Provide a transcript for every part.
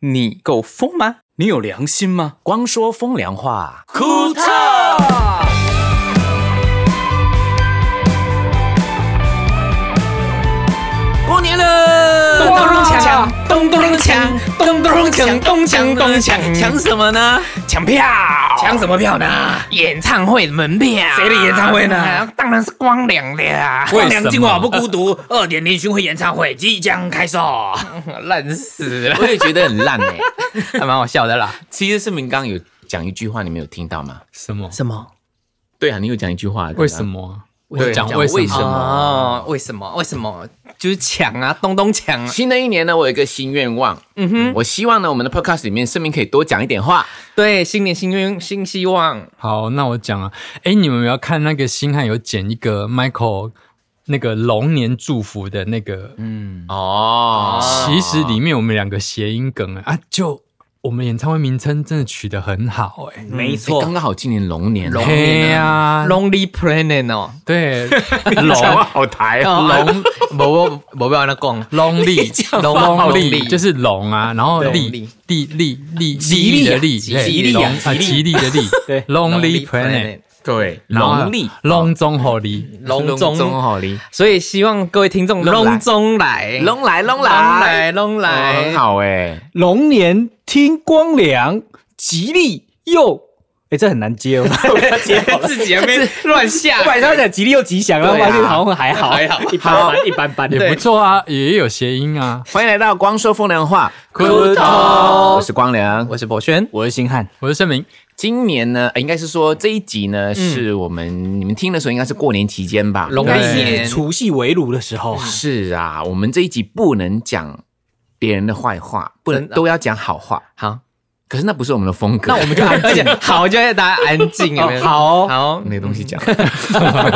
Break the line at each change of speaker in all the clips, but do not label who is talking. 你够疯吗？你有良心吗？
光说风凉话，
库特。
过年了，
咚咚锵锵，咚咚锵，咚咚锵，咚锵咚
抢
锵，
抢什么呢？
抢票，
抢什么票呢？演唱会的门票。
谁的演唱会呢
啊当然是光良的啊！
为什么
光良今晚不孤独二点零巡回演唱会即将开 售，
烂死了，
我也觉得很 烂哎、
还蛮好笑的啦。
其实盛明刚刚有讲一句话，你没有听到吗？
什么？
什么？
对啊，你有讲一句话，
为什？么？
对
我讲
讲
为
为
什
什
么？
么
哦，为什么？为什么？就是抢啊，咚咚抢啊！
新的一年呢，我有一个新愿望，嗯哼，我希望呢，我们的 podcast 里面盛明可以多讲一点话。
对，新年新愿新希望，
好，那我讲啊。哎，你们有没有看那个星汉有剪一个 Michael 那个龙年祝福的那个？
嗯，哦
其实里面我们两个谐音梗啊，啊就我们演唱会名称真的取得很好哎、
没
诶刚刚好今年龙年，
啊
龙
嘿
年
呀、
，Lonely Planet 哦，
对，
讲话好台哦，
龙，我我 我不要那讲，
龙力，
龙
龙
龙
力
力
就是龙啊，然后
对
力
龙力
力力力
吉
利
利
的
啊
力，
吉
对
吉利啊
龙啊
吉利
吉利的力，对，Lonely Planet，
对，
然后
龙力，
龙中好力，
龙中
中好力，
所以希望各位听众
龙来
哦隆中来，
龙来龙
龙
来，
来，龙
哦
来
很，好哎，
龙年听光良，吉利又，哎、这很难接哦。
自己还没乱下
我，晚上讲吉利又吉祥，然后
对啊
发现好像还好，
还好
一般般，一般般。
也
对
不错啊，也有谐音啊。
欢迎来到光说风凉话，
Good
我是光良。
我是博轩，
我是星汉，
我是盛明，
今年呢，呃应该是说这一集呢，是我们你们听的时候应该是过年期间吧？
嗯龙
对
年
除夕围炉的时候啊，
是啊，我们这一集不能讲别人的坏话，不能
真的
都要讲好话。
好，
可是那不是我们的风格，
那 我们就安静， 好，就要大家安静，有没有？
哦好哦
好，
没东西讲。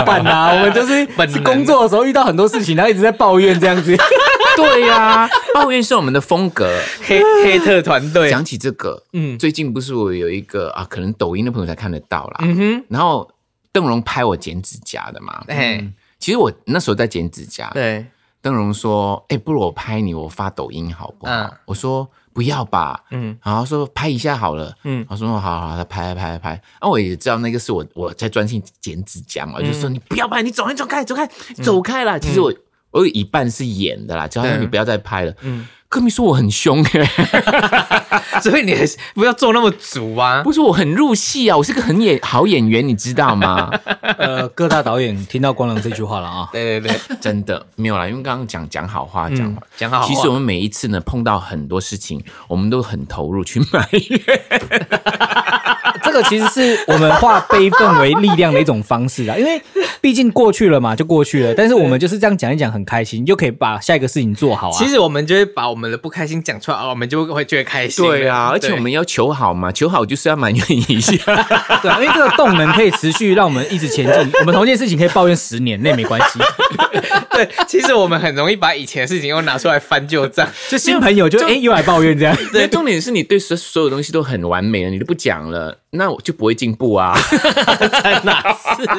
办啊，我们就是
本能
工作的时候遇到很多事情，然后一直在抱怨这样子。
对呀、抱怨是我们的风格。
黑黑特团队，
讲起这个，
嗯
嗯，最近不是我有一个啊，可能抖音的朋友才看得到啦。
嗯哼，
然后邓荣拍我剪指甲的嘛，嗯
哎，
其实我那时候在剪指甲，
对，
邓荣说：“哎、不如我拍你，我发抖音好不好？”
嗯
我说：“不要吧。”
嗯
嗯，然后说拍一下好了。
嗯
嗯，他说：“好好好，他拍拍拍拍。”那我也知道那个是我我在专心剪指甲嘛，我就说：“
嗯
你不要拍，你走开走开走开走开啦！”其实我我有一半是演的啦，叫他
对
你不要再拍了。
嗯嗯
嗯，歌迷说我很凶、欸，
所以你还是不要做那么足啊，
不是我很入戏啊，我是个很演好演员，你知道吗？
呃，各大导演听到光良这句话了啊，
对对对，
真的没有啦，因为刚刚讲讲好话，讲好话。
嗯讲好话，
其实我们每一次呢碰到很多事情，我们都很投入去埋怨。
这个其实是我们化悲愤为力量的一种方式啦，因为毕竟过去了嘛，就过去了。但是我们就是这样讲一讲，很开心，就可以把下一个事情做好啊。
其实我们就会把我们的不开心讲出来，哦我们就会觉得开心了。
对啊，而且
对
我们要求好嘛，求好就是要埋怨一下。
对啊，因为这个动能可以持续让我们一直前进。我们同一件事情可以抱怨十年，那也没关系。
对， 其实我们很容易把以前的事情又拿出来翻旧 账。
就新朋友就哎、诶又来抱怨这样，
对，重点是你对所所有东西都很完美了，你都不讲了，那我就不会进步 啊。
是啊，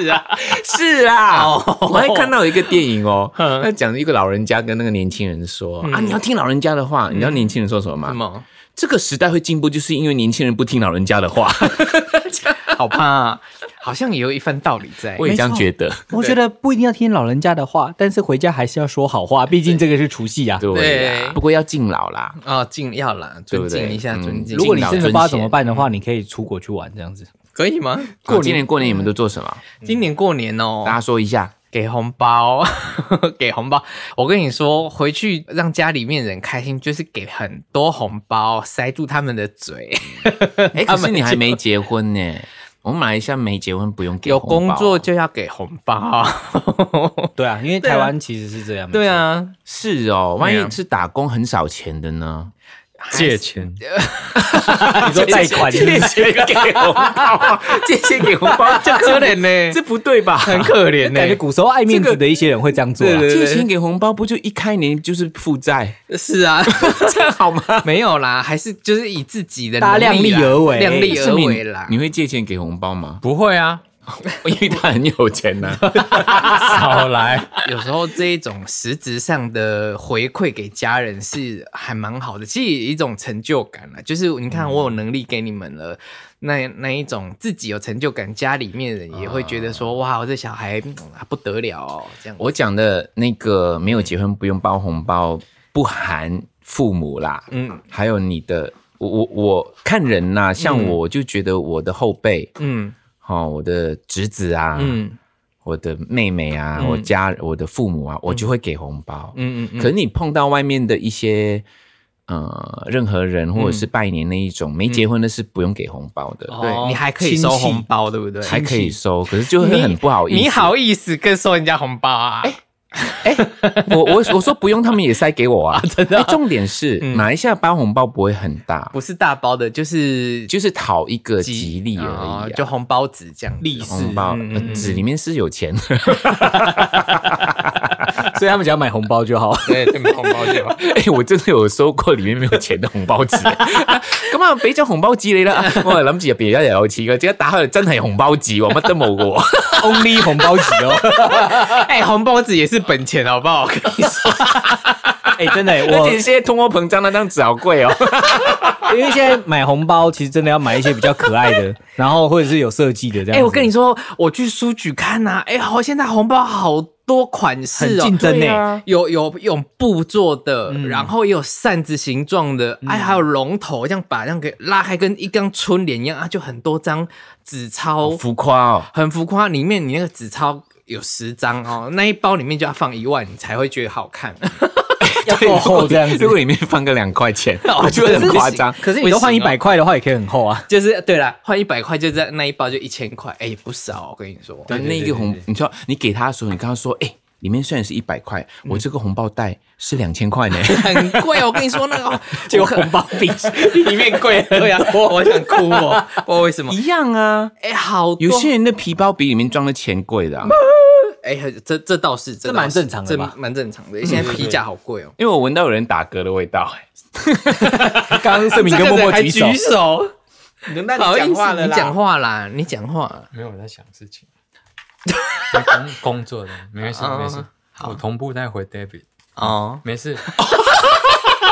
是啊，
哦
我还看到一个电影哦，
嗯
那讲一个老人家跟那个年轻人说啊，你要听老人家的话，你知道年轻人说嗯什么
什
吗？
么？
这个时代会进步，就是因为年轻人不听老人家的 话。
好怕、啊，好像也有一番道理在。
我也这样觉得。
我觉得不一定要听老人家的话，但是回家还是要说好话，毕竟这个是除夕啊。
对
对
啦，不过要敬老啦。
哦，敬要啦，
对
尊
不对
敬一下，
嗯
尊敬。
如果你
敬老
真的不
尊
知道怎
贤
么办的话，你可以出国去玩这样子。
可以吗？哦
过啊今年过嗯年你们都做什么？
今年过年哦
大，家说一下。
给红包， 给红包。我跟你说，回去让家里面人开心，就是给很多红包，塞住他们的嘴。
哎，
他
可
们
是你还没结婚呢。我们马来西亚没结婚不用给
有
红包
工
啊
作就要给红包。
对啊，因为
对啊
台湾其实是这样。
对，啊，
是哦，万
对啊
一是打工很少钱的呢？
借钱，
你说贷款是不 是
钱给红包，借钱给红 包，这
可怜呢，
不对吧？
很可怜欸
感觉
呢。
古时候爱面子的一些人会这样做啊。
对对
借钱给红包不就一开年就是负债，
是 啊，
这样好吗？
没有啦，还是就是以自己的
大家
能
量力
啦
而为
量力而
是你
为啦。
你会借钱给红包吗？
不会啊，
因为他很有钱呐、
少来，
有时候这一种实质上的回馈给家人是还蛮好的，其实也有一种成就感了。就是你看我有能力给你们了，那那一种自己有成就感，家里面人也会觉得说、哇，我这小孩、嗯啊不得了、哦，这样。
我讲的那个没有结婚不用包红包，不含父母啦，
嗯
还有你的，我我我看人呐、像
嗯
我我就觉得我的后辈，
嗯
哦，我的侄子啊，
嗯
我的妹妹啊，
嗯
我家我的父母啊，我就会给红包。
嗯嗯嗯，
可是你碰到外面的一些呃任何人或者
嗯
是拜年那一种、没结婚的是不用给红包的，
对、
哦
你还可以收红包，对不对？
还可以收，可是就会很不好意思。
你好意思跟收人家红包啊？
我我我说不用，他们也塞给 我啊。真的、重点是、马来西亚包红包不会很大，
嗯不是大包的，就是
就是讨一个
几
吉利而已、啊
哦就红包纸这样子。
利是
红包
嗯
呃
嗯
纸里面是有钱的，
所以他们只要买红包就好。
对，对，红包就好。
哎、我真的有收过里面没有钱的紅包紙， 咁啊俾咗紅包紙你啦， 我係諗住入邊有一有錢嘅，即係打開嚟真係紅包紙喎，乜都冇嘅 喎。
Only 紅包紙哦，
哎、红包纸也是本钱，好不好？我跟你说，
哎、真 的、
而
我
且現在通貨膨脹那張紙好貴哦。
因为现在买红包其实真的要买一些比较可爱的，然后或者是有设计的这样。
哎、我跟你，说，我去书局看呐、啊，哎、好，现在红包好多款式
很
哦
竞。争欸呢、
对啊
有有有布做的，然后也有扇子形状的，哎，还有龙头，这样把这样给拉开，跟一根春联一样啊，就很多张纸钞，
浮誇 哦，
很浮夸。里面你那个纸钞有十张哦，那一包里面就要放一万，你才会觉得好看。
要够厚这样子
如。果里哦面放个两塊 錢，我覺得很誇 張。
可是你都
啊
换一百块的话，也可以很厚啊。
就是对了，换一百块就在那一包就一千块，哎、不少、我跟你说。
但那個紅，你知道你給他的時候，你跟他說，哎、里面雖然是一百塊，我這個紅包袋是兩千塊呢。
很贵，哦我跟你说那个
结果红包 比里面贵很
对呀、啊我想哭哦，不知道为什 么。
一樣啊，
哎、好多，
有些人的皮包比里面装的钱貴的、啊。
哎、这这倒是，这
这蛮
倒是
正常的吧
这蛮正常的。现在皮夹好贵哦。
因为我闻到有人打嗝的味道、欸哎
刚 刚盛明跟默默举手，
手，
能
好意思，你讲话啦，你讲话。
没有我在想事情， 工工作的没关系
哦
没事，我同步在回 David，
哦，
没事，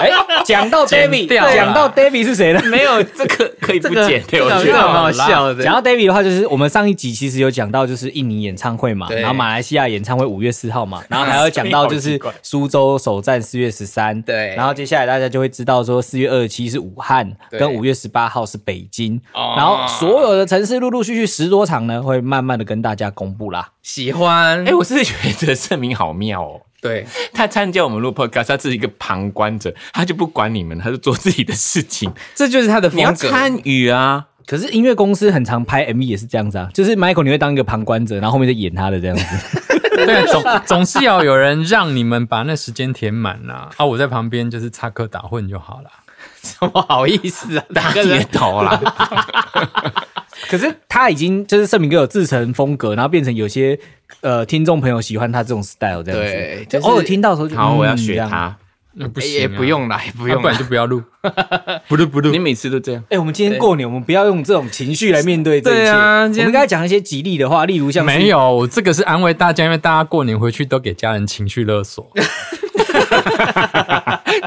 哎，讲 到
剪
David，
掉了
讲到 David 是谁呢？
没有这个可以不
这
剪对，
个
我
好
觉
像
得
蛮啊好笑的。
讲到 David 的话，就是我们上一集其实有讲到，就是印尼演唱会嘛，
对
然后马来西亚演唱会五月四号嘛，然后还有讲到就是苏州首站四月十三，
对
然后接下来大家就会知道说四月二十七是武汉，
对
跟五月十八号是北京，
哦
然后所有的城市陆陆续续十多场呢，会慢慢的跟大家公布啦。
喜欢，
哎、我是觉得盛明好妙哦。
对，
他参加我们录 podcast，他是一个旁观者，他就不管你们，他就做自己的 事情。
这就是他的
你要
风格。
参与啊！
可是音乐公司很常拍 MV 也是这样子啊，就是 Michael 你会当一个旁观者，然后后面再演他的这样子。
对，总总是要有人让你们把那时间填满啦，啊，我在旁边就是插科打诨就好了。
什么好意思啊？
大
两个
街
人
头啦，
可是他已经就是盛明哥有自成风格，然后变成有些呃听众朋友喜欢他这种 style 这样子。
对
就
就是
偶尔听到的时候就，
好，我要
嗯
学。
这样
他。
那不
哎
行、啊
也不，用啦，也不
不
用啊
啊不然
啦。
就不要录，不录不录
你。每次都这样，
哎、我们今天过年，我们不要用这种情绪来面对这一
对
切。
啊
我
今
们
天
应该讲一些吉利的话，例如像是
没有，我这个是安慰大家，因为大家过年回去都给家人情绪勒索。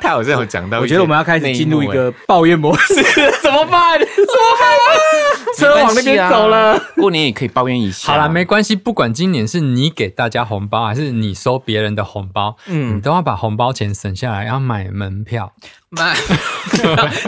他好像有讲到一些内幕。
我觉得我们要开始进入一个抱怨 模式，怎么 办？
哎
车往那边走了。
没关系啊过年也可以抱怨一下。哦
好啦，没关系，不管今年是你给大家红包，还是你收别人的红包，
嗯
你都要把红包钱省下来，要买门票。
买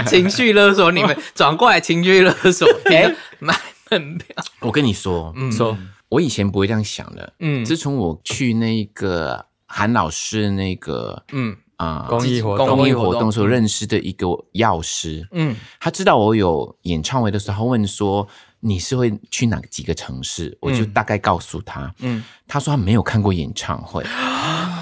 情绪勒索你们，转过来情绪勒索，哎，买门票，
我跟你说，
说
我以前不会这样想的。
嗯
自从我去那个韩老师那个
嗯
啊
公益活动
公益活
公益活动
动时候认识的一个药师，
嗯
他知道我有演唱会的时候，他问说你是会去哪几个城市，我就大概告诉他。
嗯，
他说他没有看过演唱 会，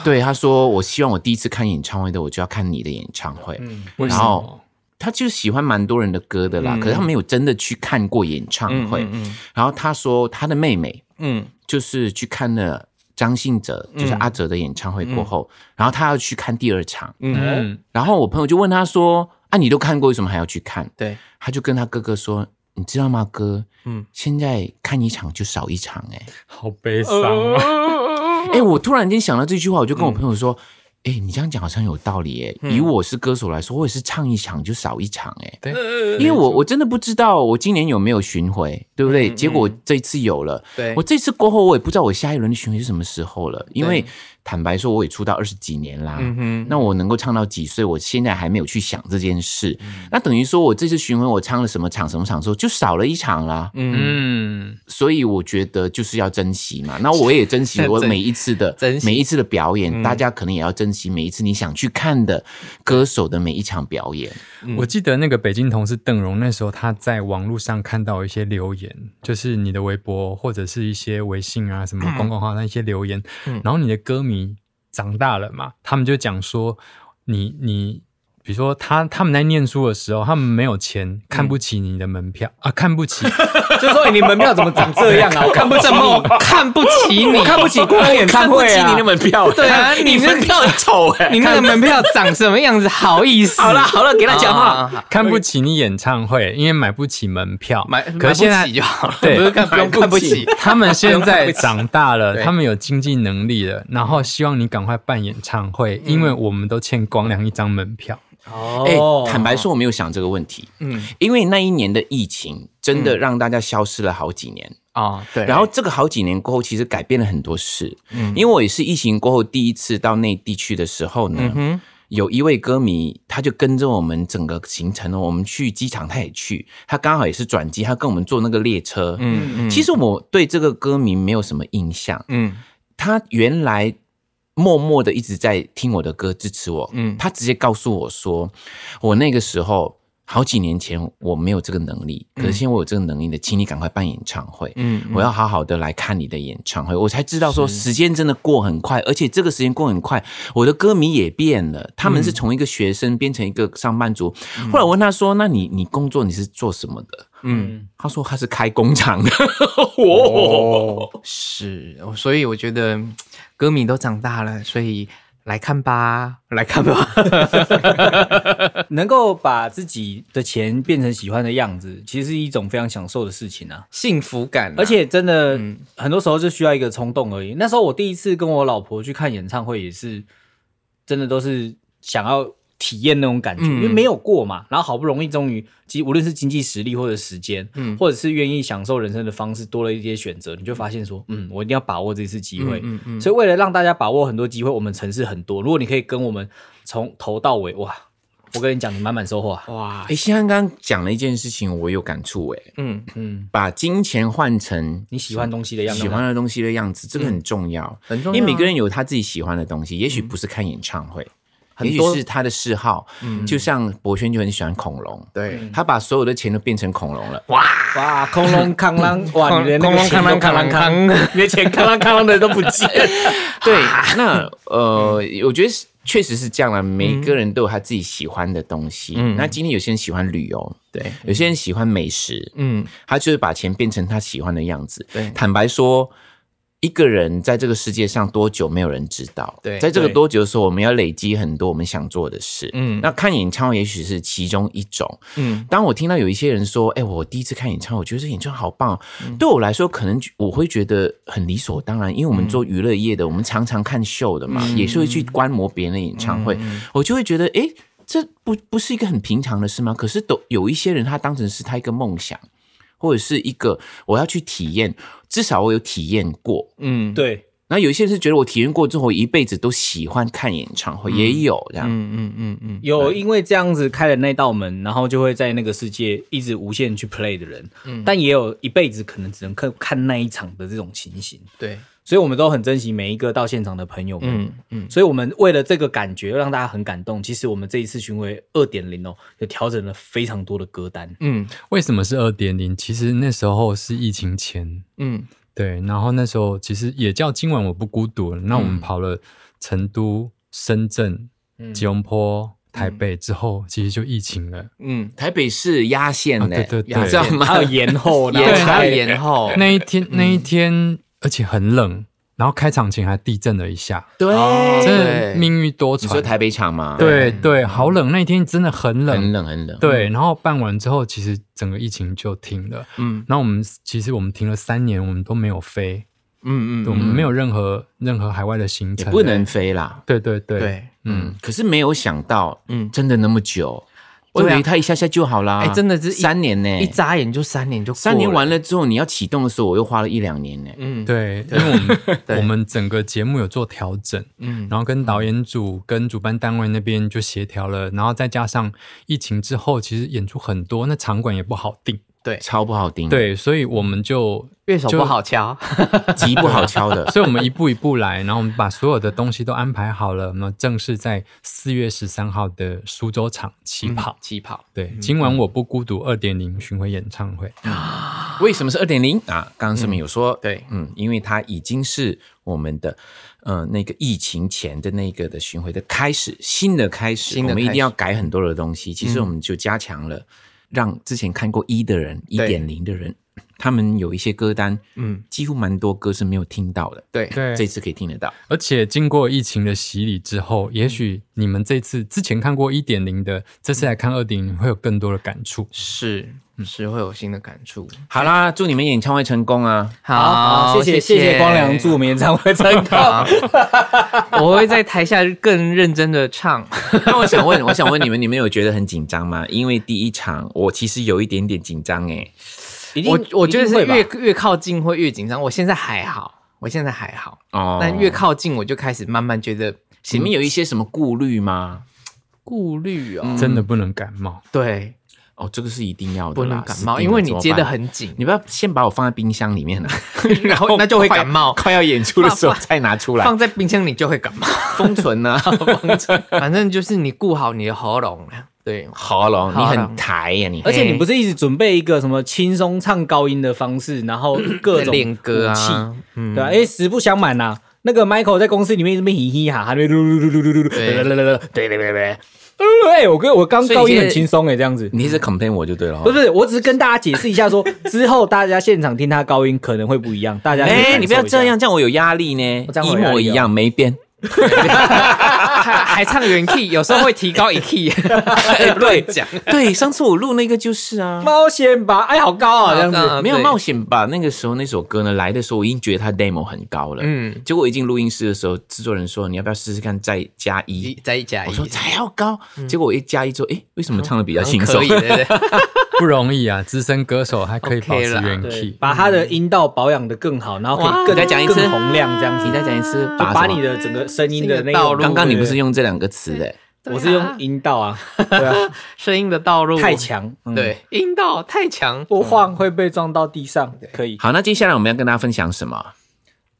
对，他说我希望我第一次看演唱会的，我就要看你的演唱会。
嗯
为什
然后
么？
他就喜欢蛮多人的歌的啦，
嗯
可是他没有真的去看过演唱
嗯
会。
嗯
然后他说他的妹妹
嗯
就是去看了张信哲，就是阿哲的演唱会过后，然后他要去看第二场。
嗯，
嗯，
然后我朋友就问他说：“啊，你都看过，为什么还要去看
对，？”
他就跟他哥哥说：“你知道吗，哥？
嗯
嗯，现在看一场就少一场、欸，
好悲伤啊！
哎、我突然间想到这句话，我就跟我朋友说。哎、你这样讲好像有道理哎、以我是歌手来说，我也是唱一场就少一场哎、
对
因为我我真的不知道我今年有没有巡回，对不对？结果这次有了，
对
我这次过后我也不知道我下一轮的巡回是什么时候了，因为坦白说我也出道二十几年啦，
嗯
那我能够唱到几岁，我现在还没有去想这件事。
嗯
那等于说我这次巡回我唱了什么场什么场之后，就少了一场啦，
嗯，
嗯，
所以我觉得就是要珍惜 嘛。那我也珍惜
珍
我每一次的
珍惜
每一次的表演，
嗯
大家可能也要珍惜每一次你想去看的歌手的每一场表演。
嗯
我记得那个北京同事邓荣那时候，他在网络上看到一些留言，就是你的微博或者是一些微信啊什么公共号那一些留言，
嗯
然后你的歌迷长大了嘛，他们就讲说你你。比如说他他们在念书的时候，他们没有钱，看不起你的门票、啊，看不起
就说哎你门票怎么长这样啊？我看不起
怎
你，
么我看不起你
我？看不起光演唱会啊！
门票，
对啊你那
票很丑哎
你那个门票长什么样子？好意思？好了好了，给他讲话，
看不起你演唱会，因为买不起门票。
买
可是现
买
在
不起就好了，
对
不是看不用看不 起。
他们现在长大了，
对
他们有经济能力了，然后希望你赶快办演唱会，
嗯
因为我们都欠光良一张门票。
哎、
哦
坦白说我没有想这个问题，
嗯
因为那一年的疫情真的让大家消失了好几年。
啊，对，嗯
然后这个好几年过后，其实改变了很多事。因为我也是疫情过后第一次到内地去的时候呢，
嗯哼
有一位歌迷他就跟着我们整个行程哦，我们去机场他也去，他刚好也是转机，他跟我们坐那个列车。嗯，
嗯
其实我对这个歌迷没有什么印象，
嗯
他原来默默的一直在听我的歌，支持我。
嗯
嗯，他直接告诉我说，我那个时候好几年前我没有这个能力，可是现在我有这个能力了，请你赶快办演唱会。
嗯
我要好好的来看你的演唱会，我才知道说时间真的过很快，而且这个时间过很快，我的歌迷也变了，他们是
嗯
从一个学生变成一个上班族。后来我问他说：“那你你工作你是做什么的？”
嗯，
他说他是开工厂的。哦，
是，所以我觉得嗯歌迷都长大了，所以来看吧，来看吧。
能够把自己的钱变成喜欢的样子，其实是一种非常享受的事情啊。
幸福感啊、
而且真的，很多时候就需要一个冲动而已。那时候我第一次跟我老婆去看演唱会，也是真的都是想要体验那种感觉，
嗯
因为没有过嘛。然后好不容易终于，即无论是经济实力或者时间，
嗯
或者是愿意享受人生的方式多了一些选择，你就发现说，嗯，我一定要把握这次机会。
嗯嗯
所以为了让大家把握很多机会，我们城市很多。如果你可以跟我们从头到尾，哇，我跟你讲，你满满收获啊！
哇，
哎，现在刚刚讲了一件事情，我有感触哎，
嗯
嗯，
把金钱换成
你喜欢东西的样子吗，
喜欢的东西的样子，这个很重要，
嗯很重要啊嗯
因为每个人有他自己喜欢的东西，也许不是看演唱会，
很
也许
多嗯
是他的嗜好。就像博轩就很喜欢恐龙，
对，
他把所有的钱都变成恐龙了。
哇，空 隆康啷，哇，你连那
哐
个
哐
钱都
哐
康啷
啷
康，
哐啷，
你的钱康啷康啷的都不 见。
对，那呃，我觉得是确实是这样啦，每个人都有他自己喜欢的东西。
嗯
那今天有些人喜欢旅游，
对，
有些人喜欢美食，
嗯
他就是把钱变成他喜欢的样子。
对
坦白说，一个人在这个世界上多久，没有人知道。
对
在这个
对
多久的时候，我们要累积很多我们想做的事。
嗯
那看演唱会也许是其中一种。
嗯
当我听到有一些人说：“哎、我第一次看演唱会，我觉得这演唱会好棒哦。
嗯
对我来说，可能我会觉得很理所当然，因为我们
嗯
做娱乐业的，我们常常看秀的嘛，也是会去观摩别人的演唱会，
嗯
我就会觉得，哎、这不不是一个很平常的事吗？可是都有一些人，他当成是他一个梦想，或者是一个我要去体验，至少我有体验过。
嗯，
对，
那有一些人是觉得我体验过之后，我一辈子都喜欢看演唱会，也有这样。
嗯嗯嗯嗯，
有因为这样子开了那道门，然后就会在那个世界一直无限去 play 的人，但也有一辈子可能只能看看那一场的这种情形，
对，
所以我们都很珍惜每一个到现场的朋友们。
嗯嗯
所以，我们为了这个感觉让大家很感动。其实，我们这一次巡回二点零哦，有调整了非常多的歌单。
嗯
为什么是二点零？其实那时候是疫情前，
嗯
对，然后那时候其实也叫今晚我不孤独了。那我
嗯
们跑了成都、深圳、吉隆坡、台北之后，其实就疫情了。
嗯，
台北市压线
啊
呢、
对对对
你知道 吗？
还有延后，然后
延
还
还
有
有延后，
那一天，那一天，而且很冷，然后开场前还地震了一下，
对
真
对
的命运多
你说
舛。
台北场吗？，
对对，好冷，那天真的很冷，
很冷很冷。
对，然后办完之后，其实整个疫情就停了。
嗯
然后我们其实我们停了三年，我们都没有飞，
嗯
对我
嗯，
们没有任何任何海外的行
也
程，
不能飞啦。
对。对对对，
对，
嗯，可是没有想到，
嗯
嗯，真的那么久，我以
对啊
为他一下下就好啦。
哎真的是一
三年呢，
一眨眼就三年就过
三年完
了，
了之后，你要启动的时候，我又花了一两年呢。
嗯，
对，因为我们
对
我们整个节目有做调整，
嗯
然后跟导演组、跟主办单位那边就协调了，然后再加上疫情之后，其实演出很多，那场馆也不好定，
超不好盯，，
对，所以我们就
乐手
就
不好敲，
极不好敲 的。
所以我们一步一步来，然后我们把所有的东西都安排好了，那正式在四月十三号的苏州场起跑。
起跑，
对，
嗯
今晚我不孤独二点零巡回演唱会，
为什么是二点零啊？刚刚上面有说，
对
嗯，因为它已经是我们的，呃，那个疫情前的那个的巡回的开始，新的开始，
新的
我们一
开始
定
嗯
要改很多的东西。其实我们就加强了，让之前看过一的人、一
对
点零的人，他们有一些歌单，
嗯，
几乎蛮多歌是没有听到的，
对，
对
这次可以听得到。
而且经过疫情的洗礼之后，也许你们这次之前看过一点零的，这次来看二点零会有更多的感触。
是是会有新的感触。
好啦，祝你们演唱会成功啊！
好，谢谢谢谢光良，祝我们演唱会成功。
我会在台下更认真的唱。
那我想问，我想问你们，你们有觉得很紧张吗？因为第一场我其实有一点点紧张哎、
一定
我我觉得是
一定
越
会吧
越靠近会越紧张。我现在还好，我现在还好，
哦，
但越靠近我就开始慢慢觉得
前面有一些什么顾虑吗？
顾虑哦。
真的不能感冒，
对，
哦，这个是一定要的
不
啦，
能感
死定
冒，
了
因为你接的，
怎么
很紧
办，你不要先把我放在冰箱里面了，
然后那就会感冒。
快要演出的 时候
放
再拿出来
放在冰箱里就会感冒，
封存啊呢。
反正就是你顾好你的喉咙了。对，
好啊了，你
好了
很抬呀你
而。且你不是一直准备一个什么轻松唱高音的方式，然后各种
练歌
武器
啊，嗯
对吧、啊？哎，实不相瞒呐、那个 Michael 在公司里面一直嘻嘻哈哈，那边噜噜噜噜噜噜，
对
对对对对对对。哎，我跟我刚高音很轻松哎，这样子。
你是 complain 我就对了哦，
不是，我只是跟大家解释一下说之后大家现场听他高音可能会不一样。大家可以
哎，你不要
感受一下
这，样，这样我有压力呢
我这，样
一
会有压力哦
模一样没 变。
还还唱原 key，有时候会提高一 key，对讲，
对，上次我录那个就是啊，呃
冒险吧，哎，好高啊，这 样
好高
子。
啊
没有
对
冒险吧？那个时候那首歌呢来的时候，我已经觉得它 demo 很高了。
嗯
嗯，结果一进录音室的时候，制作人说你要不要试试看再加一？嗯
再加一
我，说才要高。结果我一加一之后，诶，为什么唱的比较轻松
嗯可 以？对对对，
不容易啊！资深歌手还可以保
OK
持
啦
原
对
key，，
把他的音道保养的更好，然后可
你再
以更
讲一次
更洪亮这样子。
你再讲一次，
就把
什么
你的整个声音的那
新的
个
道路
刚刚你不是
用，
用这两个词的？
我是用阴道啊，对啊，
声音的道路
太，强，
对，阴道太强，
不晃会被撞到地上。可以，
好，那接下来我们要跟大家分享什么？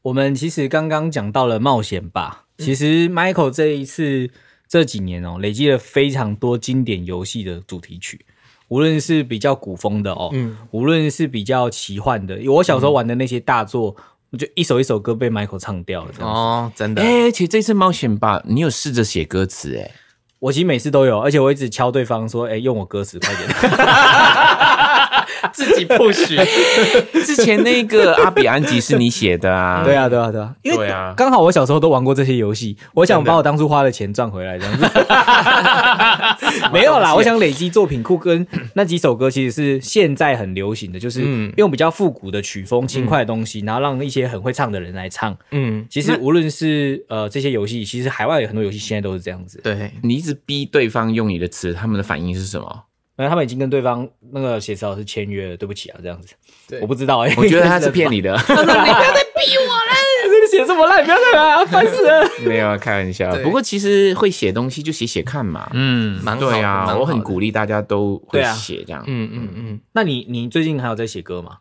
我们其实刚刚讲到了冒险吧，其实 Michael 这一次这几年哦，累积了非常多经典游戏的主题曲。无论是比较古风的哦，无论是比较奇幻的，我小时候玩的那些大作，我就一首一首歌被 Michael 唱掉了。这样子
哦，真的，
哎，其实这次冒险吧，你有试着写歌词哎。
我其实每次都有，而且我一直敲对方说：“哎、用我歌词，快点。”
自己 push，
之前那个阿比安吉是你写的啊？
对啊，对啊，对啊，因
对
为
啊
刚好我小时候都玩过这些游戏，我想把我当初花的钱赚回来，这 样子。没有啦，我想累积作品库跟那几首歌其实是现在很流行的，就是用比较复古的曲风、轻快的东西，然后让一些很会唱的人来唱。
嗯，
其实无论是呃这些游戏，其实海外有很多游戏现在都是这样子，
对，
你一直逼对方用你的词，他们的反应是什 么？
然后他们已经跟对方那个写词老师签约了，对不起啊，这样子
对。
我不知道哎、
我觉得他是骗你的。
你写这么烂，不要再来啊，烦死了。
没有啊，开玩笑
对。
不过其实会写东西就写写看嘛。
嗯，
蛮好的
对
蛮好
啊，
的
我很鼓励大家都会
对啊
写这样。
嗯嗯嗯，
那你你最近还有在写歌吗？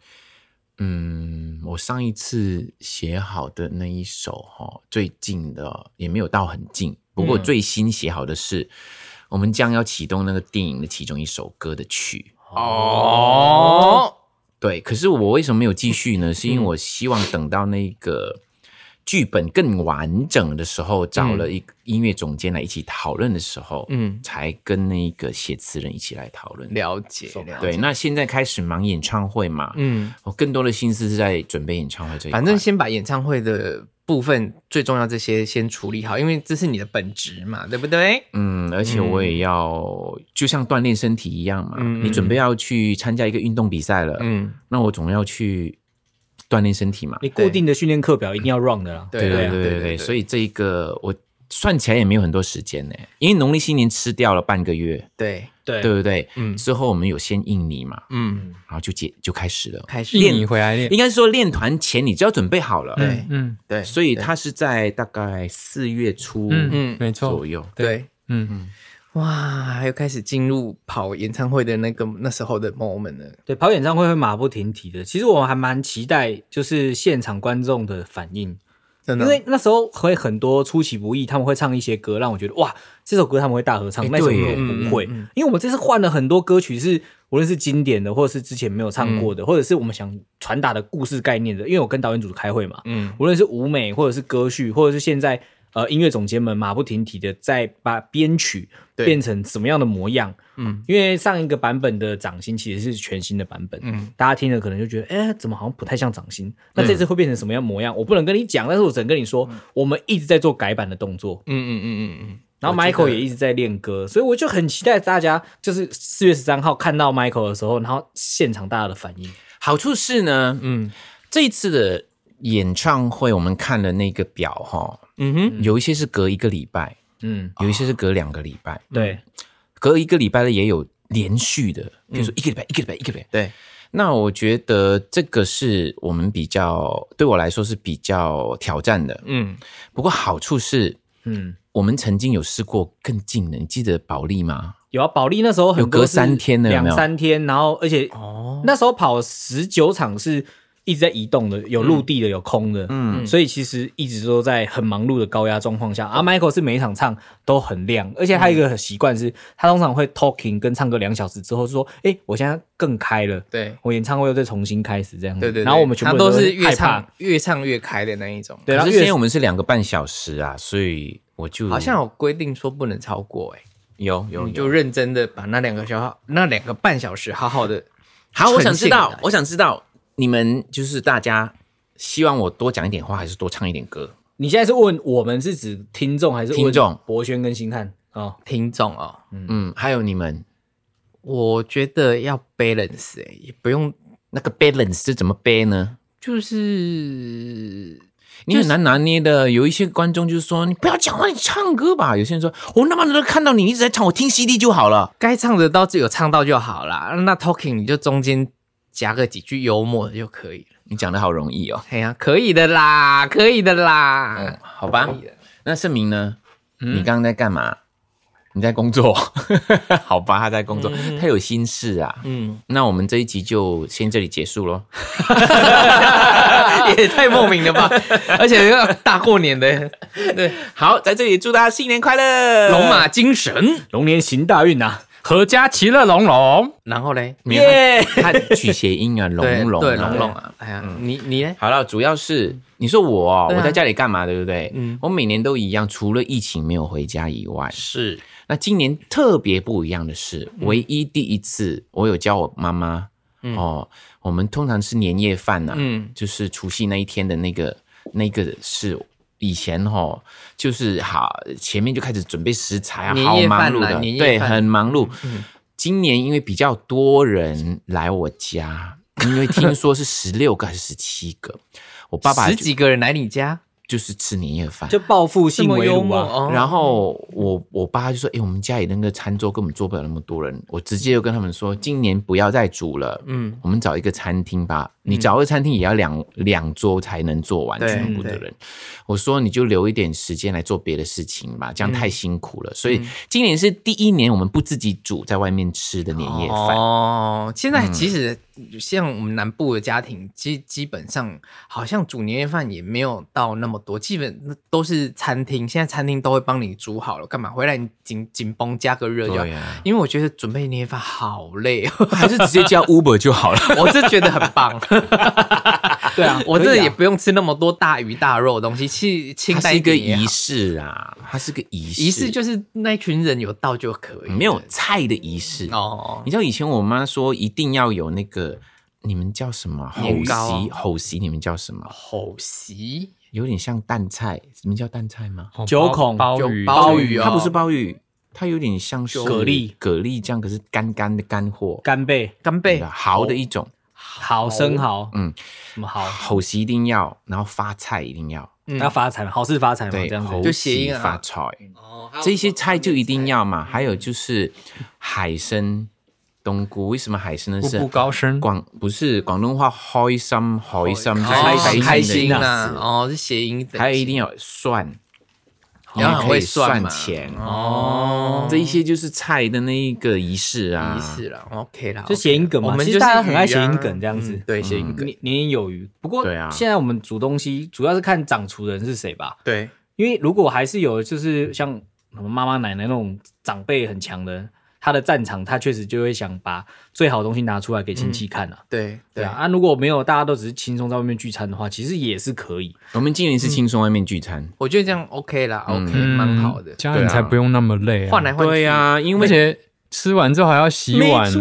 嗯，我上一次写好的那一首哈，最近的也没有到很近，不过
嗯
最新写好的是、我们将要启动那个电影的其中一首歌的曲。
哦，嗯
对，可是我为什么没有继续呢？是因为我希望等到那个剧本更完整的时候，找了一个音乐总监来一起讨论的时候，
嗯
嗯，才跟那个写词人一起来讨论。
了解，了解
对，那现在开始忙演唱会嘛，
嗯，
我更多的心思是在准备演唱会这一块。
反正先把演唱会的部分最重要这些先处理好，因为这是你的本职嘛，对不对？
嗯，而且我也要就像锻炼身体一样嘛，
嗯
你准备要去参加一个运动比赛了，
嗯，
那我总要去锻炼身体嘛。
你固定的训练课表一定要 run 的啦。
对
对
啊
对对，所以这一个我算起来也没有很多时间呢，因为农历新年吃掉了半个月，
对，
对
对不对？
嗯
之后我们有先印尼嘛，
嗯，
然后就结就开始了。
开始
印尼回来练
应，该说练团前你就要准备好了，
对
嗯
对，
所以它是在大概四月初
嗯，没错
左，右。
对，
嗯，
哇，还有开始进入跑演唱会的那个那时候的 moment 了，
对，跑演唱会会马不停蹄的。其实我还蛮期待，就是现场观众的反应，
真的，
因为那时候会很多出其不意，他们会唱一些歌，让我觉得哇，这首歌他们会大合唱，
哎
那首歌
对耶
我不会。因为我们这次换了很多歌曲是，无论是经典的，或者是之前没有唱过的，或者是我们想传达的故事概念的。因为我跟导演组开会嘛，
嗯，
无论是舞美，或者是歌序，或者是现在呃音乐总监们马不停蹄的在把编曲
对
变成什么样的模样。
嗯
嗯，因为上一个版本的掌心其实是全新的版本，
嗯
嗯，大家听了可能就觉得，哎、怎么好像不太像掌心？那这次会变成什么样模样？我不能跟你讲，但是我只能跟你说，我们一直在做改版的动作。
嗯嗯嗯嗯嗯，
然后
我觉得
Michael 也一直在练歌，所以我就很期待大家就是四月十三号看到 Michael 的时候，然后现场大家的反应。
好处是呢，
嗯
这一次的演唱会我们看了那个表哈，
嗯哼，
有一些是隔一个礼拜，
嗯，
有一些是隔两个礼拜，
对，
隔一个礼拜的也有连续的，比如说一个礼拜、一个礼拜一个礼拜。
嗯对，
那我觉得这个是我们比较对我来说是比较挑战的。
嗯，
不过好处是
嗯，
我们曾经有试过更近的，你记得保利吗？
有啊，保利那时候很多
有隔三天的有没有
两三天，然后而且
哦，
那时候跑十九场是一直在移动的，有陆地的，有空的，嗯，所以其实一直都在很忙碌的高压状况下。而、Michael 是每一场唱都很亮，而且他有一个习惯是，他通常会 talking 跟唱歌两小时之后说，哎、我现在更开了，
对
我演唱会又再重新开始这样子。
对对，对
嗯然后我们全
他
部
都
人
是
害
越
怕
唱越唱越开的那一种，
对，然
可
后
是现
越
在我们是两个半小时啊，所以我就
好像有规定说不能超过，哎，
有有
你
有
就认真的把那两个小时那两个半小时好好的，
好，我想知
呈
道
现，
我想知道你们就是大家希望我多讲一点话，还是多唱一点歌？
你现在是问我们是指听众还是问
听众
博轩跟星汉哦，
听众哦，
嗯，还有你们
我觉得要 balance 哎、也不用
那个 balance 是怎么 b 呢？
就是
你很难拿捏的。有一些观众就是说，你不要讲话，你唱歌吧。有些人说，我他妈的都看到你一直在唱，我听 CD 就好了。
该唱的到只有唱到就好啦。那 talking 你就中间夹个几句幽默的就可以了。
你讲的好容易哦。
哎呀、可以的啦，可以的啦。
嗯，好吧
可以的。嗯
那盛明呢？你刚刚在干嘛？你在工作？ 好吧，他在工作，他有心事啊。
嗯，
那我们这一集就先这里结束喽。
也太莫名了吧！而且又大过年的，对，
好，在这里祝大家新年快乐，
龙马精神。
龙年行大运呐、啊！
阖家其乐融融。
然后嘞，
没有他他取谐音啊，
对
龙龙
对龙龙
龙。
啊，哎呀，你你呢？
好了，主要是你说我哦，
对啊
我在家里干嘛，对不对？
嗯
我每年都一样，除了疫情没有回家以外，
是嗯
那今年特别不一样的是，唯一第一次我有教我妈妈、哦，我们通常吃年夜饭呐、啊
嗯
就是除夕那一天的那个那个是。以前哦，就是好前面就开始准备食材啊，
年
好
夜
忙
饭
碌
啦
的，
年夜
对，
饭嗯
很忙碌。今年因为比较多人来我家，因为听说是十六个还是十七个，我爸爸
十
就
几个人来你家，
就是吃年夜饭，
就报复
这
性
么
围
幽
炉
默
啊！
哦。
然后我我爸就说：“哎、我们家里那个餐桌根本坐不了那么多人，我直接就跟他们说，今年不要再煮了，
嗯，
我们找一个餐厅吧。你找个餐厅也要两两桌才能做完
对
全部的
对
人。我说你就留一点时间来做别的事情吧，这样太辛苦
嗯
了。所以今年是第一年我们不自己煮，在外面吃的年夜饭。
哦，现在其实像我们南部的家庭，基、基本上好像煮年夜饭也没有到那么多，基本都是餐厅。现在餐厅都会帮你煮好了，干嘛回来你紧紧绷加个热就好
对啊
因为我觉得准备年夜饭好累哦，
哎
还是直接叫 Uber 就好了。
我是觉得很棒。
对啊，
我
可
这
以啊
也不用吃那么多大鱼大肉的东西，去清
它
淡
是一个
点也好
仪式啊，它是个仪式，
仪式就是那群人有到就可以，
没有菜的仪式。
哦
你，知道以前我妈说一定要有那个，你们叫什么？吼
年糕啊
席，吼席，你们叫什么？
吼席
有点像蛋菜，你们叫蛋菜吗？
哦
九
鲍
孔
鲍
就
鱼，
鲍
鱼
鱼哦，
它不是鲍鱼，它有点像是
蛤蜊，
蛤蜊酱，可是干干的干货，
干贝、
干贝哦
对吧蚝的一种。
好生蚝，
嗯，
什么蚝？
吼席一定要，然后发菜一定要，
嗯
要发财嘛，好事发财嘛，
对
这样，子
猴
就谐
席
音啊
发财，
哦
这些菜就一定要嘛。还有就是海参、冬菇，为什么海参呢？
步
是
步高升，
广不是广东话开心开心，
开
就是
心
开
开
心
心
的意思
呐，哦，是谐音的，
还有一定要有蒜，
你哦要很
可以
会算
算
嘛
钱
哦，
这一些就是菜的那一个仪式啊。
仪式了，OK 啦，
就谐音梗嘛。
我们
其
就
实
是
大家很爱
鱼
谐音
啊
梗这样子
嗯，对谐音梗，
年年年有余。不过
对啊
现在我们煮东西主要是看掌厨的人是谁吧，
对，
因为如果还是有就是像什么妈妈奶奶那种长辈很强的人，他的战场他确实就会想把最好的东西拿出来给亲戚看啊。
对
对
嗯对
啊，，啊，如果没有大家都只是轻松在外面聚餐的话，其实也是可以。
我们今年是轻松外面聚餐，
我觉得这样 OK 啦，OK
嗯
蛮好的，啊
家人才不用那么累啊。
换来换去。
对呀，因
而
为
且吃完之后还要洗碗，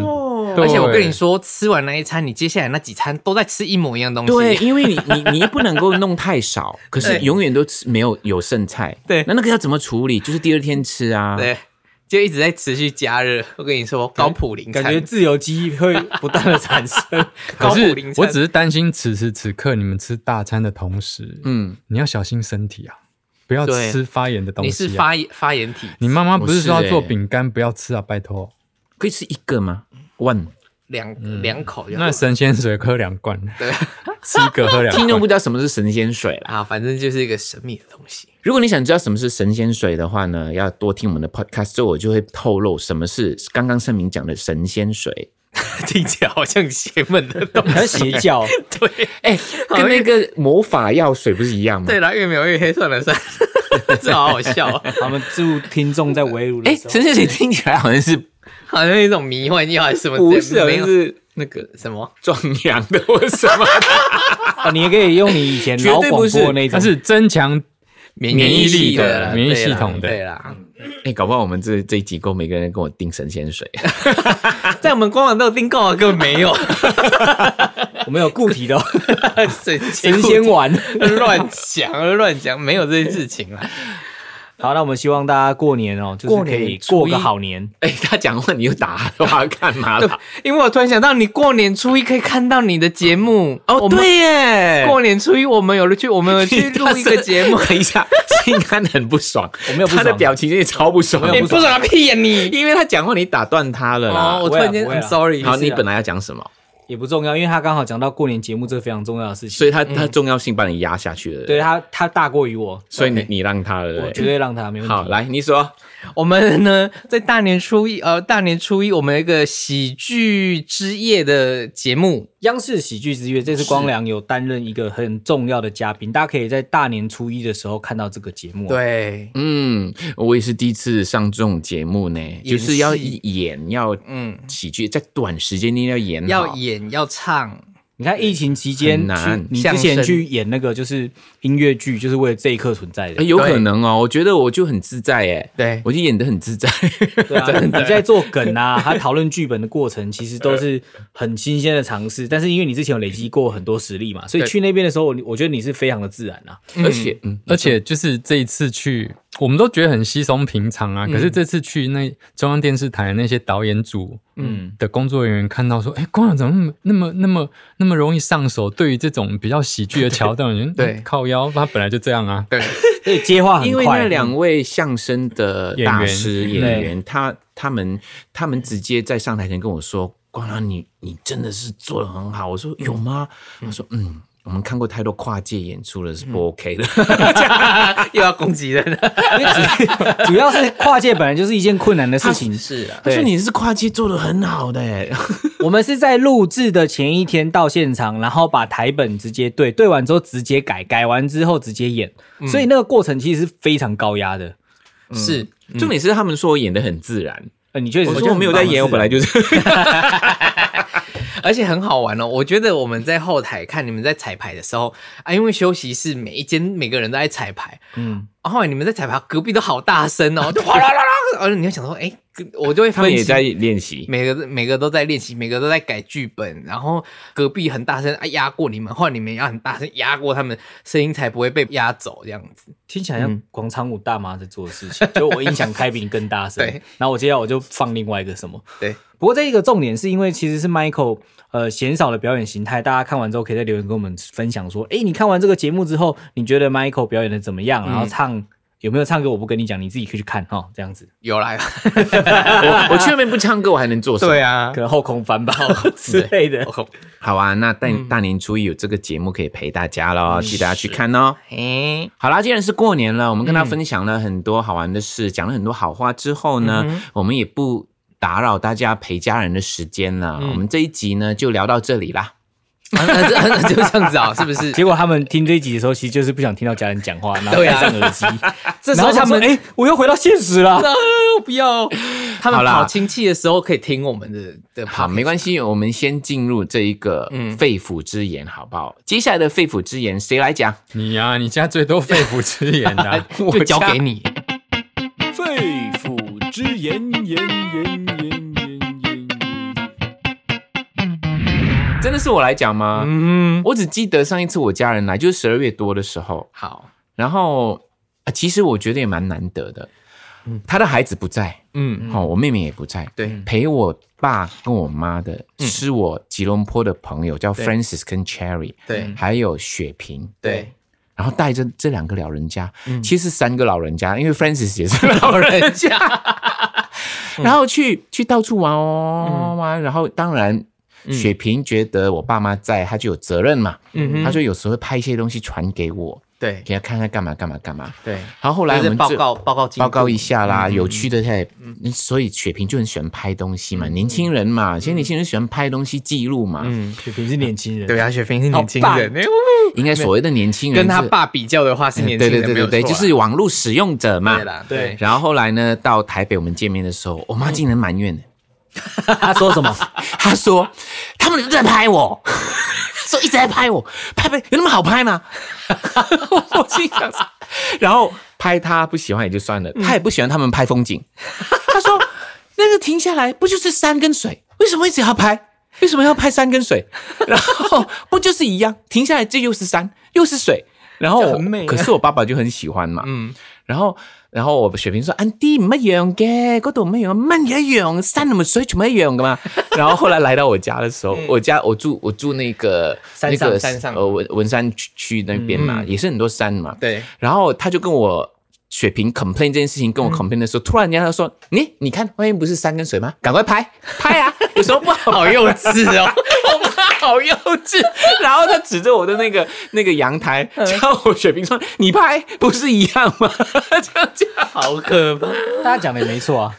对
而且我跟你说，吃完那一餐，你接下来那几餐都在吃一模一样东西。
对，因 为你你你不能够弄太少，可是永远都吃没有有剩菜。
对
那那个要怎么处理？就是第二天吃啊。
对，就一直在持续加热。我跟你说，高普林
感
餐
觉自由基会不断的产生，
高
可
普
是
林餐，
我只是担心此时此刻你们吃大餐的同时，
嗯，
你要小心身体啊，不要
对
吃发炎的东
你
西、啊。
是发炎发炎体，
你妈妈不是说要
我是欸
做饼干不要吃啊？拜托，
可以吃一个吗？One。
两两口就好
嗯那神仙水喝两罐，
对
吃一个喝 两
听众
罐。
不知道什么是神仙水啦。
啊，反正就是一个神秘的东西。
如果你想知道什么是神仙水的话呢，要多听我们的 podcast，所以我就会透露什么是刚刚盛明讲的神仙水。
听起来好像邪门的东
还
西。
有邪教。
对
哎、跟那个魔法药水不是一样吗？
对啦，越描越黑，算了算 了，这好好笑哦，
他们祝听众在围炉
哎、
的时候，
神仙水听起来好像是
好像一种迷幻药还是什么之类的？
不是，好
没
像
有
是
那个什么？
壮阳的或什么的？
哦你也可以用你以前
绝
老
对
广
不是
播那
它
种，
是增强
免
免疫力的
啦
免疫
对啦
系统的
对啦，
哎、搞不好我们这这一集够每个人跟我订神仙水，
啊在我们官网都有订购啊，根本没有，
我们有固体的哦
神
神仙丸。
乱讲乱讲，没有这件事情啦。
好，那我们希望大家过年哦，就是
过
可
年
以
初一
过个好年。
哎、他讲话你又打的话干嘛啦？
因为我突然想到，你过年初一可以看到你的节目
哦，
我们
对耶，
过年初一我们有了去，我们有去录一个节 目，
等一下，心安很不爽，
我没有不
他的
爽
表情也超不爽，
我没
你
有
不爽个屁呀你！
因为他讲话你打断他了啦。
哦，我
不
突
会啊
然间
不会啊
很 sorry，
好，
是啊
你本来要讲什么，
也不重要，因为他刚好讲到过年节目这非常重要的事情，
所以他他重要性把你压下去了。
嗯对，他他大过于我，
所以你你让他了。
我绝
对
对让他没问题。
好，来你说，
我们呢在大年初一，呃，大年初一我们有一个喜剧之夜的节目，
央视喜剧之夜这次光良有担任一个很重要的嘉宾，大家可以在大年初一的时候看到这个节目。，啊
对，
嗯，我也是第一次上这种节目呢，
戏
就是要演要
嗯，
喜剧，在短时间内要演好
要演要唱，
你看疫情期间
很难
去，你之
相
前
声
去演那个就是音乐剧，就是为了这一刻存在的
哎。有可
对
能哦，我觉得我就很自在哎，
对
我就演的很自在，
对啊，你在做梗啊， 还讨论剧本的过程，其实都是很新鲜的尝试。但是因为你之前有累积过很多实力嘛，所以
对
去那边的时候，我我觉得你是非常的自然啊。
而且嗯，
而且就是这一次去，我们都觉得很稀松平常啊。可是这次去那中央电视台那些导演组，嗯的工作人员看到说，哎、光良怎么那么那么那么那么容易上手？对于这种比较喜剧的桥段，人
对
靠腰，他本来就这样啊。
对，
所以接话很快，
因为那两位相声的大师
演
嗯演
员
员，他他们他们直接在上台前跟我说：“光良，你你真的是做的很好。”我说：“有吗？”他说：“嗯。”我们看过太多跨界演出了，是不 OK 的。
又要攻击人了，
因为主 主要是跨界本来就是一件困难的事情。
是啊，
他说
对
你是跨界做的很好的、欸，
我们是在录制的前一天到现场，然后把台本直接对，对完之后直接改，改完之后直接演，
嗯
所以那个过程其实是非常高压的。
是，
重点是他们说我演的很自然，
呃，你确实，
我说我没有在演，我本来就是。
而且很好玩哦。我觉得我们在后台看你们在彩排的时候啊，因为休息室每一间每个人都在彩排，嗯，后来你们在彩排，隔壁都好大声哦，就哗啦啦啦，而且你就想说，哎、我就会
他
分
们
析
也在练 习，
每个每个都在练习，每个都在改剧本，然后隔壁很大声啊压过你们，换你们要很大声压过他们，声音才不会被压走这样子。
听起来
嗯
像广场舞大妈在做的事情， 就我音响开比你更大声，
对
然后我接下来我就放另外一个什么。
对，
不过这一个重点是因为其实是 Michael 呃鲜少的表演形态，大家看完之后可以在留言跟我们分享说，哎，你看完这个节目之后，你觉得 Michael 表演的怎么样？
嗯
然后唱、有没有唱歌？我不跟你讲，你自己可以去看哈、这样子
有啦，
我我去那边不唱歌，我还能做什么？
啊
可，能后空翻吧 之类的。
好啊，那大大年初一有这个节目可以陪大家喽，记得要去看哦。
哎，
好啦，既然是过年了，我们跟他分享了很多好玩的事，讲、了很多好话之后呢，我们也不打扰大家陪家人的时间了。我们这一集呢就聊到这里啦。
啊那这那就这样子啊，是不是？
结果他们听这一集的时候，其实就是不想听到家人讲话，然后
对
戴
啊
上耳 机。
这时
然后
候他
他们
们
哎、诶我又回到现实了。
啊不要，他们
好啦
跑亲戚的时候可以听我们的的 podcast，
好，没嗯关系，我们先进入这一个肺腑之言，好不好？接下来的肺腑之言谁来讲？
你呀、你家最多肺腑之言的啊、
就交给你。
肺腑之言，言言言言言言。
真的是我来讲吗？
嗯，
我只记得上一次我家人来就是十二月多的时候，
好，
然后、呃其实我觉得也蛮难得的。他的孩子不在，
嗯，
好、我妹妹也不在，嗯
对嗯
陪我爸跟我妈的是我吉隆坡的朋友，叫 Francis 跟 Cherry，
对
还有雪萍，
对，
然后带着这两个老人家，
嗯
其实三个老人家，因为 Francis 也是老人，
人 家嗯
然后去去到处玩哦玩，然后当然。
嗯
雪萍觉得我爸妈在，她就有责任嘛。她说有时候会拍一些东西传给我，
对
给她看看干嘛干嘛干嘛。
对，
然后后来我
就是
们
报
就
告报告进度嗯
报告一下啦，有趣的在，所以雪萍就很喜欢拍东西
嗯
嘛，年轻人嘛，现在年轻人喜欢拍东西记录嘛，
雪萍嗯是年轻人，
对啊，雪萍是
好
年轻
棒
人，哎
应该所谓的年轻人
跟他
是
爸比较的话是年轻人，
嗯对对
没
对
有
对对，
错
就
啦
是网络使用者嘛
对。嗯啦，
对
对，
然后后来呢，到台北我们见面的时候，我妈竟然埋 怨了，
他说什么？
她说他们一直在拍我， 说一直在拍我，拍拍有那么好拍吗？ 我心想说，然后拍她不喜欢也就算了，她也不喜欢他们拍风景，她说那个停下来不就是山跟水，为什么一直要拍？为什么要拍山跟水？然后不就是一样，停下来这又是山又是水，然后
就很美啊
可是我爸爸就很喜欢嘛，嗯，然后然后我雪萍说，Andy 唔一樣嘅，嗰度唔一樣，乜嘢一樣，山同埋水全部一樣噶嘛。 然后後來來到我家的時候，我家我住我住那個
嗯山上
那個
山上嗯
呃文文山區區那邊嘛，也是很多山嘛，
对
然后他就跟我雪萍 complain 这件事情，跟我 complain 的时候，突然间他说：“你你看外面不是山跟水吗？赶快拍拍啊！ 有什么不好？
好幼稚 哦，我妈好幼稚，
然后他指着我的那个那个阳台，叫我雪萍说：“你拍不是一样吗？”这样讲
好可怕。
大家讲的也没错啊。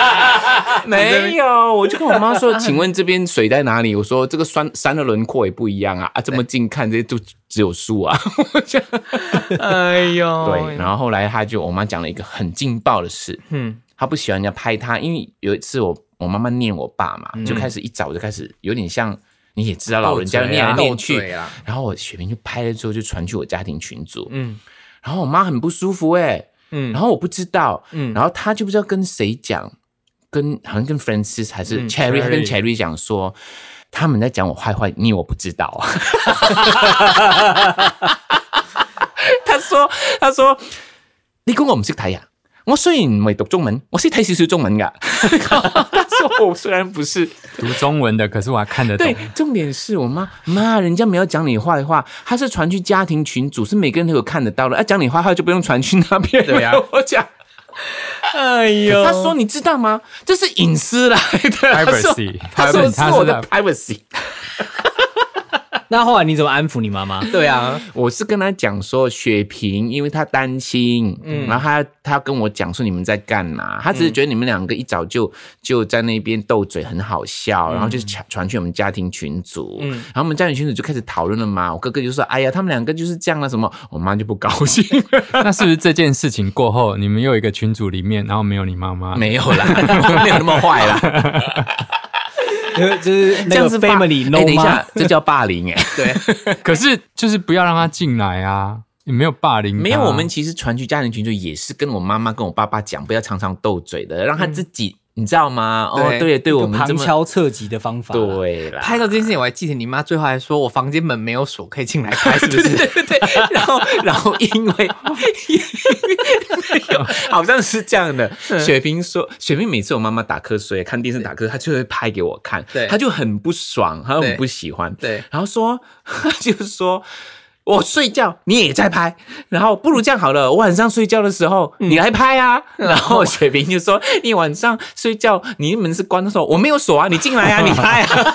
没有，我就跟我妈说：“请问这边水在哪里？”我说：“这个山山的轮廓也不一样啊啊！这么近看，这些都只有树 啊。”
哎呦，
对，然后后来他就我妈讲了一个很劲爆的事，
嗯
嗯，她不喜欢人家拍她，因为有一次我我妈妈念我爸嘛，就开始一早就开始有点像你也知道老人家念来念
嗯斗
去
嘴啊，
然后我雪萍就拍了之后就传去我家庭群组，
嗯
嗯，然后我妈很不舒服哎、
嗯
嗯，然后我不知道，
嗯
嗯，然后她就不知道跟谁讲，跟好像跟 Francis 还是 Cherry，、她跟嗯 Cherry 讲说。他们在讲我坏话，你以为我不知道 啊。他说：“他說你估我唔識睇啊？我雖然唔係讀中文，我識睇少少中文㗎。 他說我雖然不是，
读中文的，可是我还看得懂
對。，重點是我媽媽，人家沒有講你壞話，她是傳去家庭群組，是每個人都有看得到的。啊，講你壞話就不用傳去那邊。
對啊
沒有我講。
哎呦，
他说：“你知道吗？这是隐私来的。他说
Privacy，
他说是我的
他
privacy。
那后来你怎么安抚你妈妈？
对啊，
我是跟他讲说，雪萍，因为他担心，
嗯
然后他他跟我讲说你们在干嘛，他只是觉得你们两个一早就就在那边斗嘴，很好
嗯
笑，然后就传传去我们家庭群组，然后我们家庭群组就开始讨论了嘛。我哥哥就说，哎呀，他们两个就是这样了，什么，我妈就不高兴，
那是不是这件事情过后，你们又有一个群组里面，然后没有你妈妈？
没有啦，没有那么坏啦。
因为就是
这
那
样
个
是霸
family
哎
no
等一
吗
下？，这叫霸凌哎、
对，
可是就是不要让他进来啊，也没有霸
嗯
凌他，
没有，
啊
我们其实传去家庭群组也是跟我妈妈跟我爸爸讲，不要常常斗嘴的，让他
嗯
自己，你知道吗？哦，
对
对，对我
有
们这
旁
么
敲侧击的方法啦，
对啦，
拍到这件事情，我还记得你妈最后还说我房间门没有锁，可以进来拍，是不是？对对对
然后，然后因为好像是这样 的。
嗯
雪萍说，雪萍每次我妈妈打瞌睡，看电视打瞌睡，她就会拍给我看，
对
她就很不爽，她
对
很不喜欢，
对
然后说， 她就说。我睡觉，你也在拍，然后不如这样好了，我晚上睡觉的时候、你来拍啊。然后雪萍就说：“你晚上睡觉，你门是关的时候，我没有锁啊，你进来啊，你拍啊。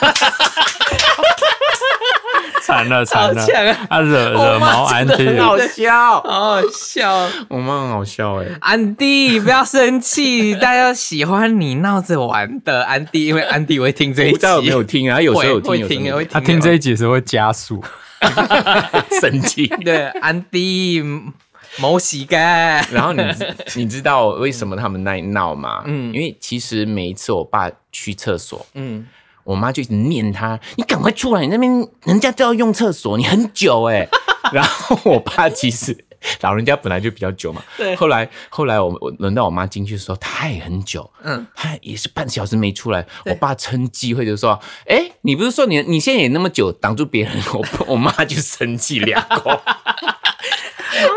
惨了惨了
好呛啊，
他惹惹毛安”迪
很，好
哦
笑，
好好笑。
我妈很好笑哎、
安迪，不要生气，大家喜欢你闹着玩的安迪，因为安迪会听这一
我
集，
不知道有没有听啊，有时候有听，
会
有
会
时候没
听，
有
会
他听
的
这一集的时候会加速，
生气。
对安迪毛洗 干，
然后你你知道为什么他们那里闹吗？
嗯
嗯，因为其实每一次我爸去厕所，
嗯，
我妈就一直念他：“你赶快出来，你那边人家都要用厕所，你很久 哎、然后我爸其实老人家本来就比较久嘛，对。后来后来我我轮到我妈进去的时候，她也很久，
嗯
嗯，她也是半小时没出来。我爸趁机会就说：“哎、你不是说你你现在也那么久挡住别人？”我 我妈就生气两 口。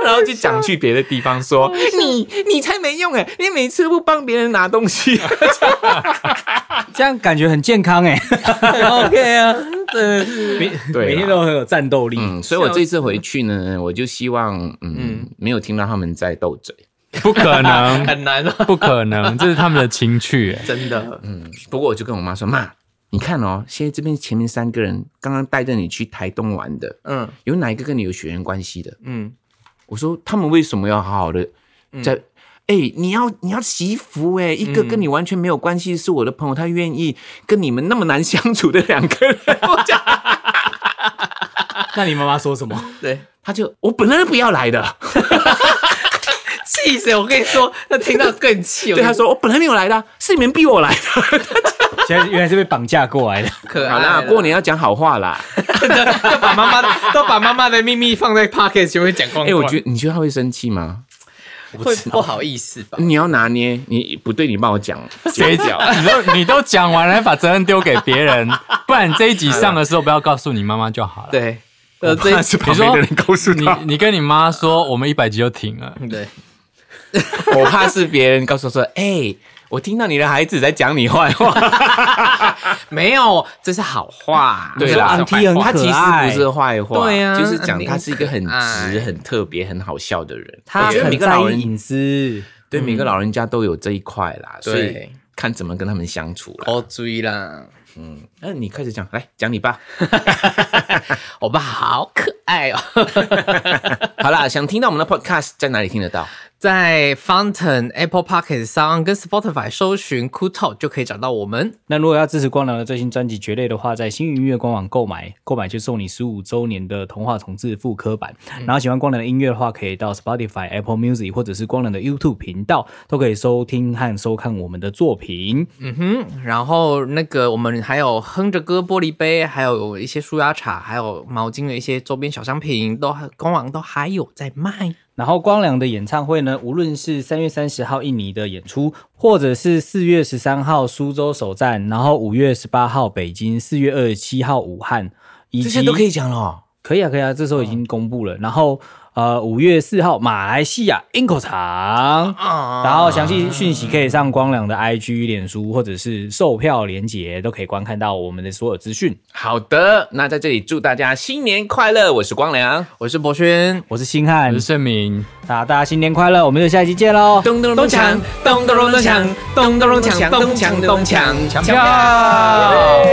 然后就讲去别的地方说 你你才没用哎、你每次不帮别人拿东西，
这样感觉很健康哎、
OK 啊，真的是
每
对啦
每天都很有战斗力。
嗯，所以我这次回去呢，我就希望，嗯，没有听到他们在斗嘴。
不可 能，
很难哦，
不可能，这是他们的情趣欸。
真的，
嗯，不过我就跟我妈说，妈，你看哦，现在这边前面三个人刚刚带着你去台东玩的，
嗯
有哪一个跟你有血缘关系的？
嗯，
我说他们为什么要好好的在？哎、你要你要惜福哎、一个跟你完全没有关系是我的朋友，他愿意跟你们那么难相处的两个人， 我讲
那你妈妈说什么？
对。
他就我本来就不要来的，
气死我！跟你说，他听到更气。我
对
跟你
他说我本来没有来的啊，是你们逼我来的。
现在原来是被绑架过 来的，
可
好
爱
啦，
了
过年要讲好话啦。
都把妈妈的都把妈妈的秘密放在 pocket 前面讲光光。
哎、我觉得你觉得他会生气吗？
会不好意思吧？
你要拿捏，你不对，你帮我讲。
谁讲？你都你都讲完了，还把责任丢给别 人，不然这一集上的时候不要告诉你妈妈就好了。，
对，呃，这
是
你
旁边
说
的人告诉他，
你你跟你妈说，我们一百集就停了。
对，
我怕是别人告诉说，哎、我听到你的孩子在讲你坏话。
没有，这是好话。
对啦
小白
auntie 很
他
可
其
爱
实不是坏话，
对啊
就是讲
你
他是一个很
可爱
直、很特别、很好笑的人。
他
我觉得每
很
个
在
老
意
人
隐私。
对每个老人家都有这一块啦，所以
对哦
看怎么跟他们相处啦。
我追啦，
嗯，那你开始讲，来讲你爸。哦
我爸好可爱哦，
好啦，想听到我们的 podcast 在哪里听得到？
在 Fountain、Apple Pocket 上跟 Spotify 搜寻 Cool Talk 就可以找到我们。
那如果要支持光良的最新专辑《绝类》的话，在星云音乐官网购买，购买就送你十五周年的童话重置复刻版。然后喜欢光良的音乐的话，可以到 Spotify、Apple Music 或者是光良的 YouTube 频道，都可以收听和收看我们的作品。
嗯哼，然后那个我们还有哼着歌玻璃杯，还有一些舒压茶，还有毛巾的一些周边小商品，都还官网都还有在卖。
然后光良的演唱会呢，无论是三月三十号印尼的演出，或者是四月十三号苏州首站，然后五月十八号北京，四月二十七号武汉，以
这
及
些都可以讲了。
可以啊，可以啊，这时候已经公布了。然后呃，五月四号马来西亚 Inco 场，
啊
然后详细讯息可以上光良的 IG、脸书或者是售票链接，都可以观看到我们的所有资讯。
好的，那在这里祝大家新年快乐！我是光良，
我是博轩，
我是星
我
汉
是，盛明，
那大家新年快乐，我们就下期见喽。
咚咚咚锵，咚咚咚锵，咚咚咚锵，咚锵咚锵，
抢票。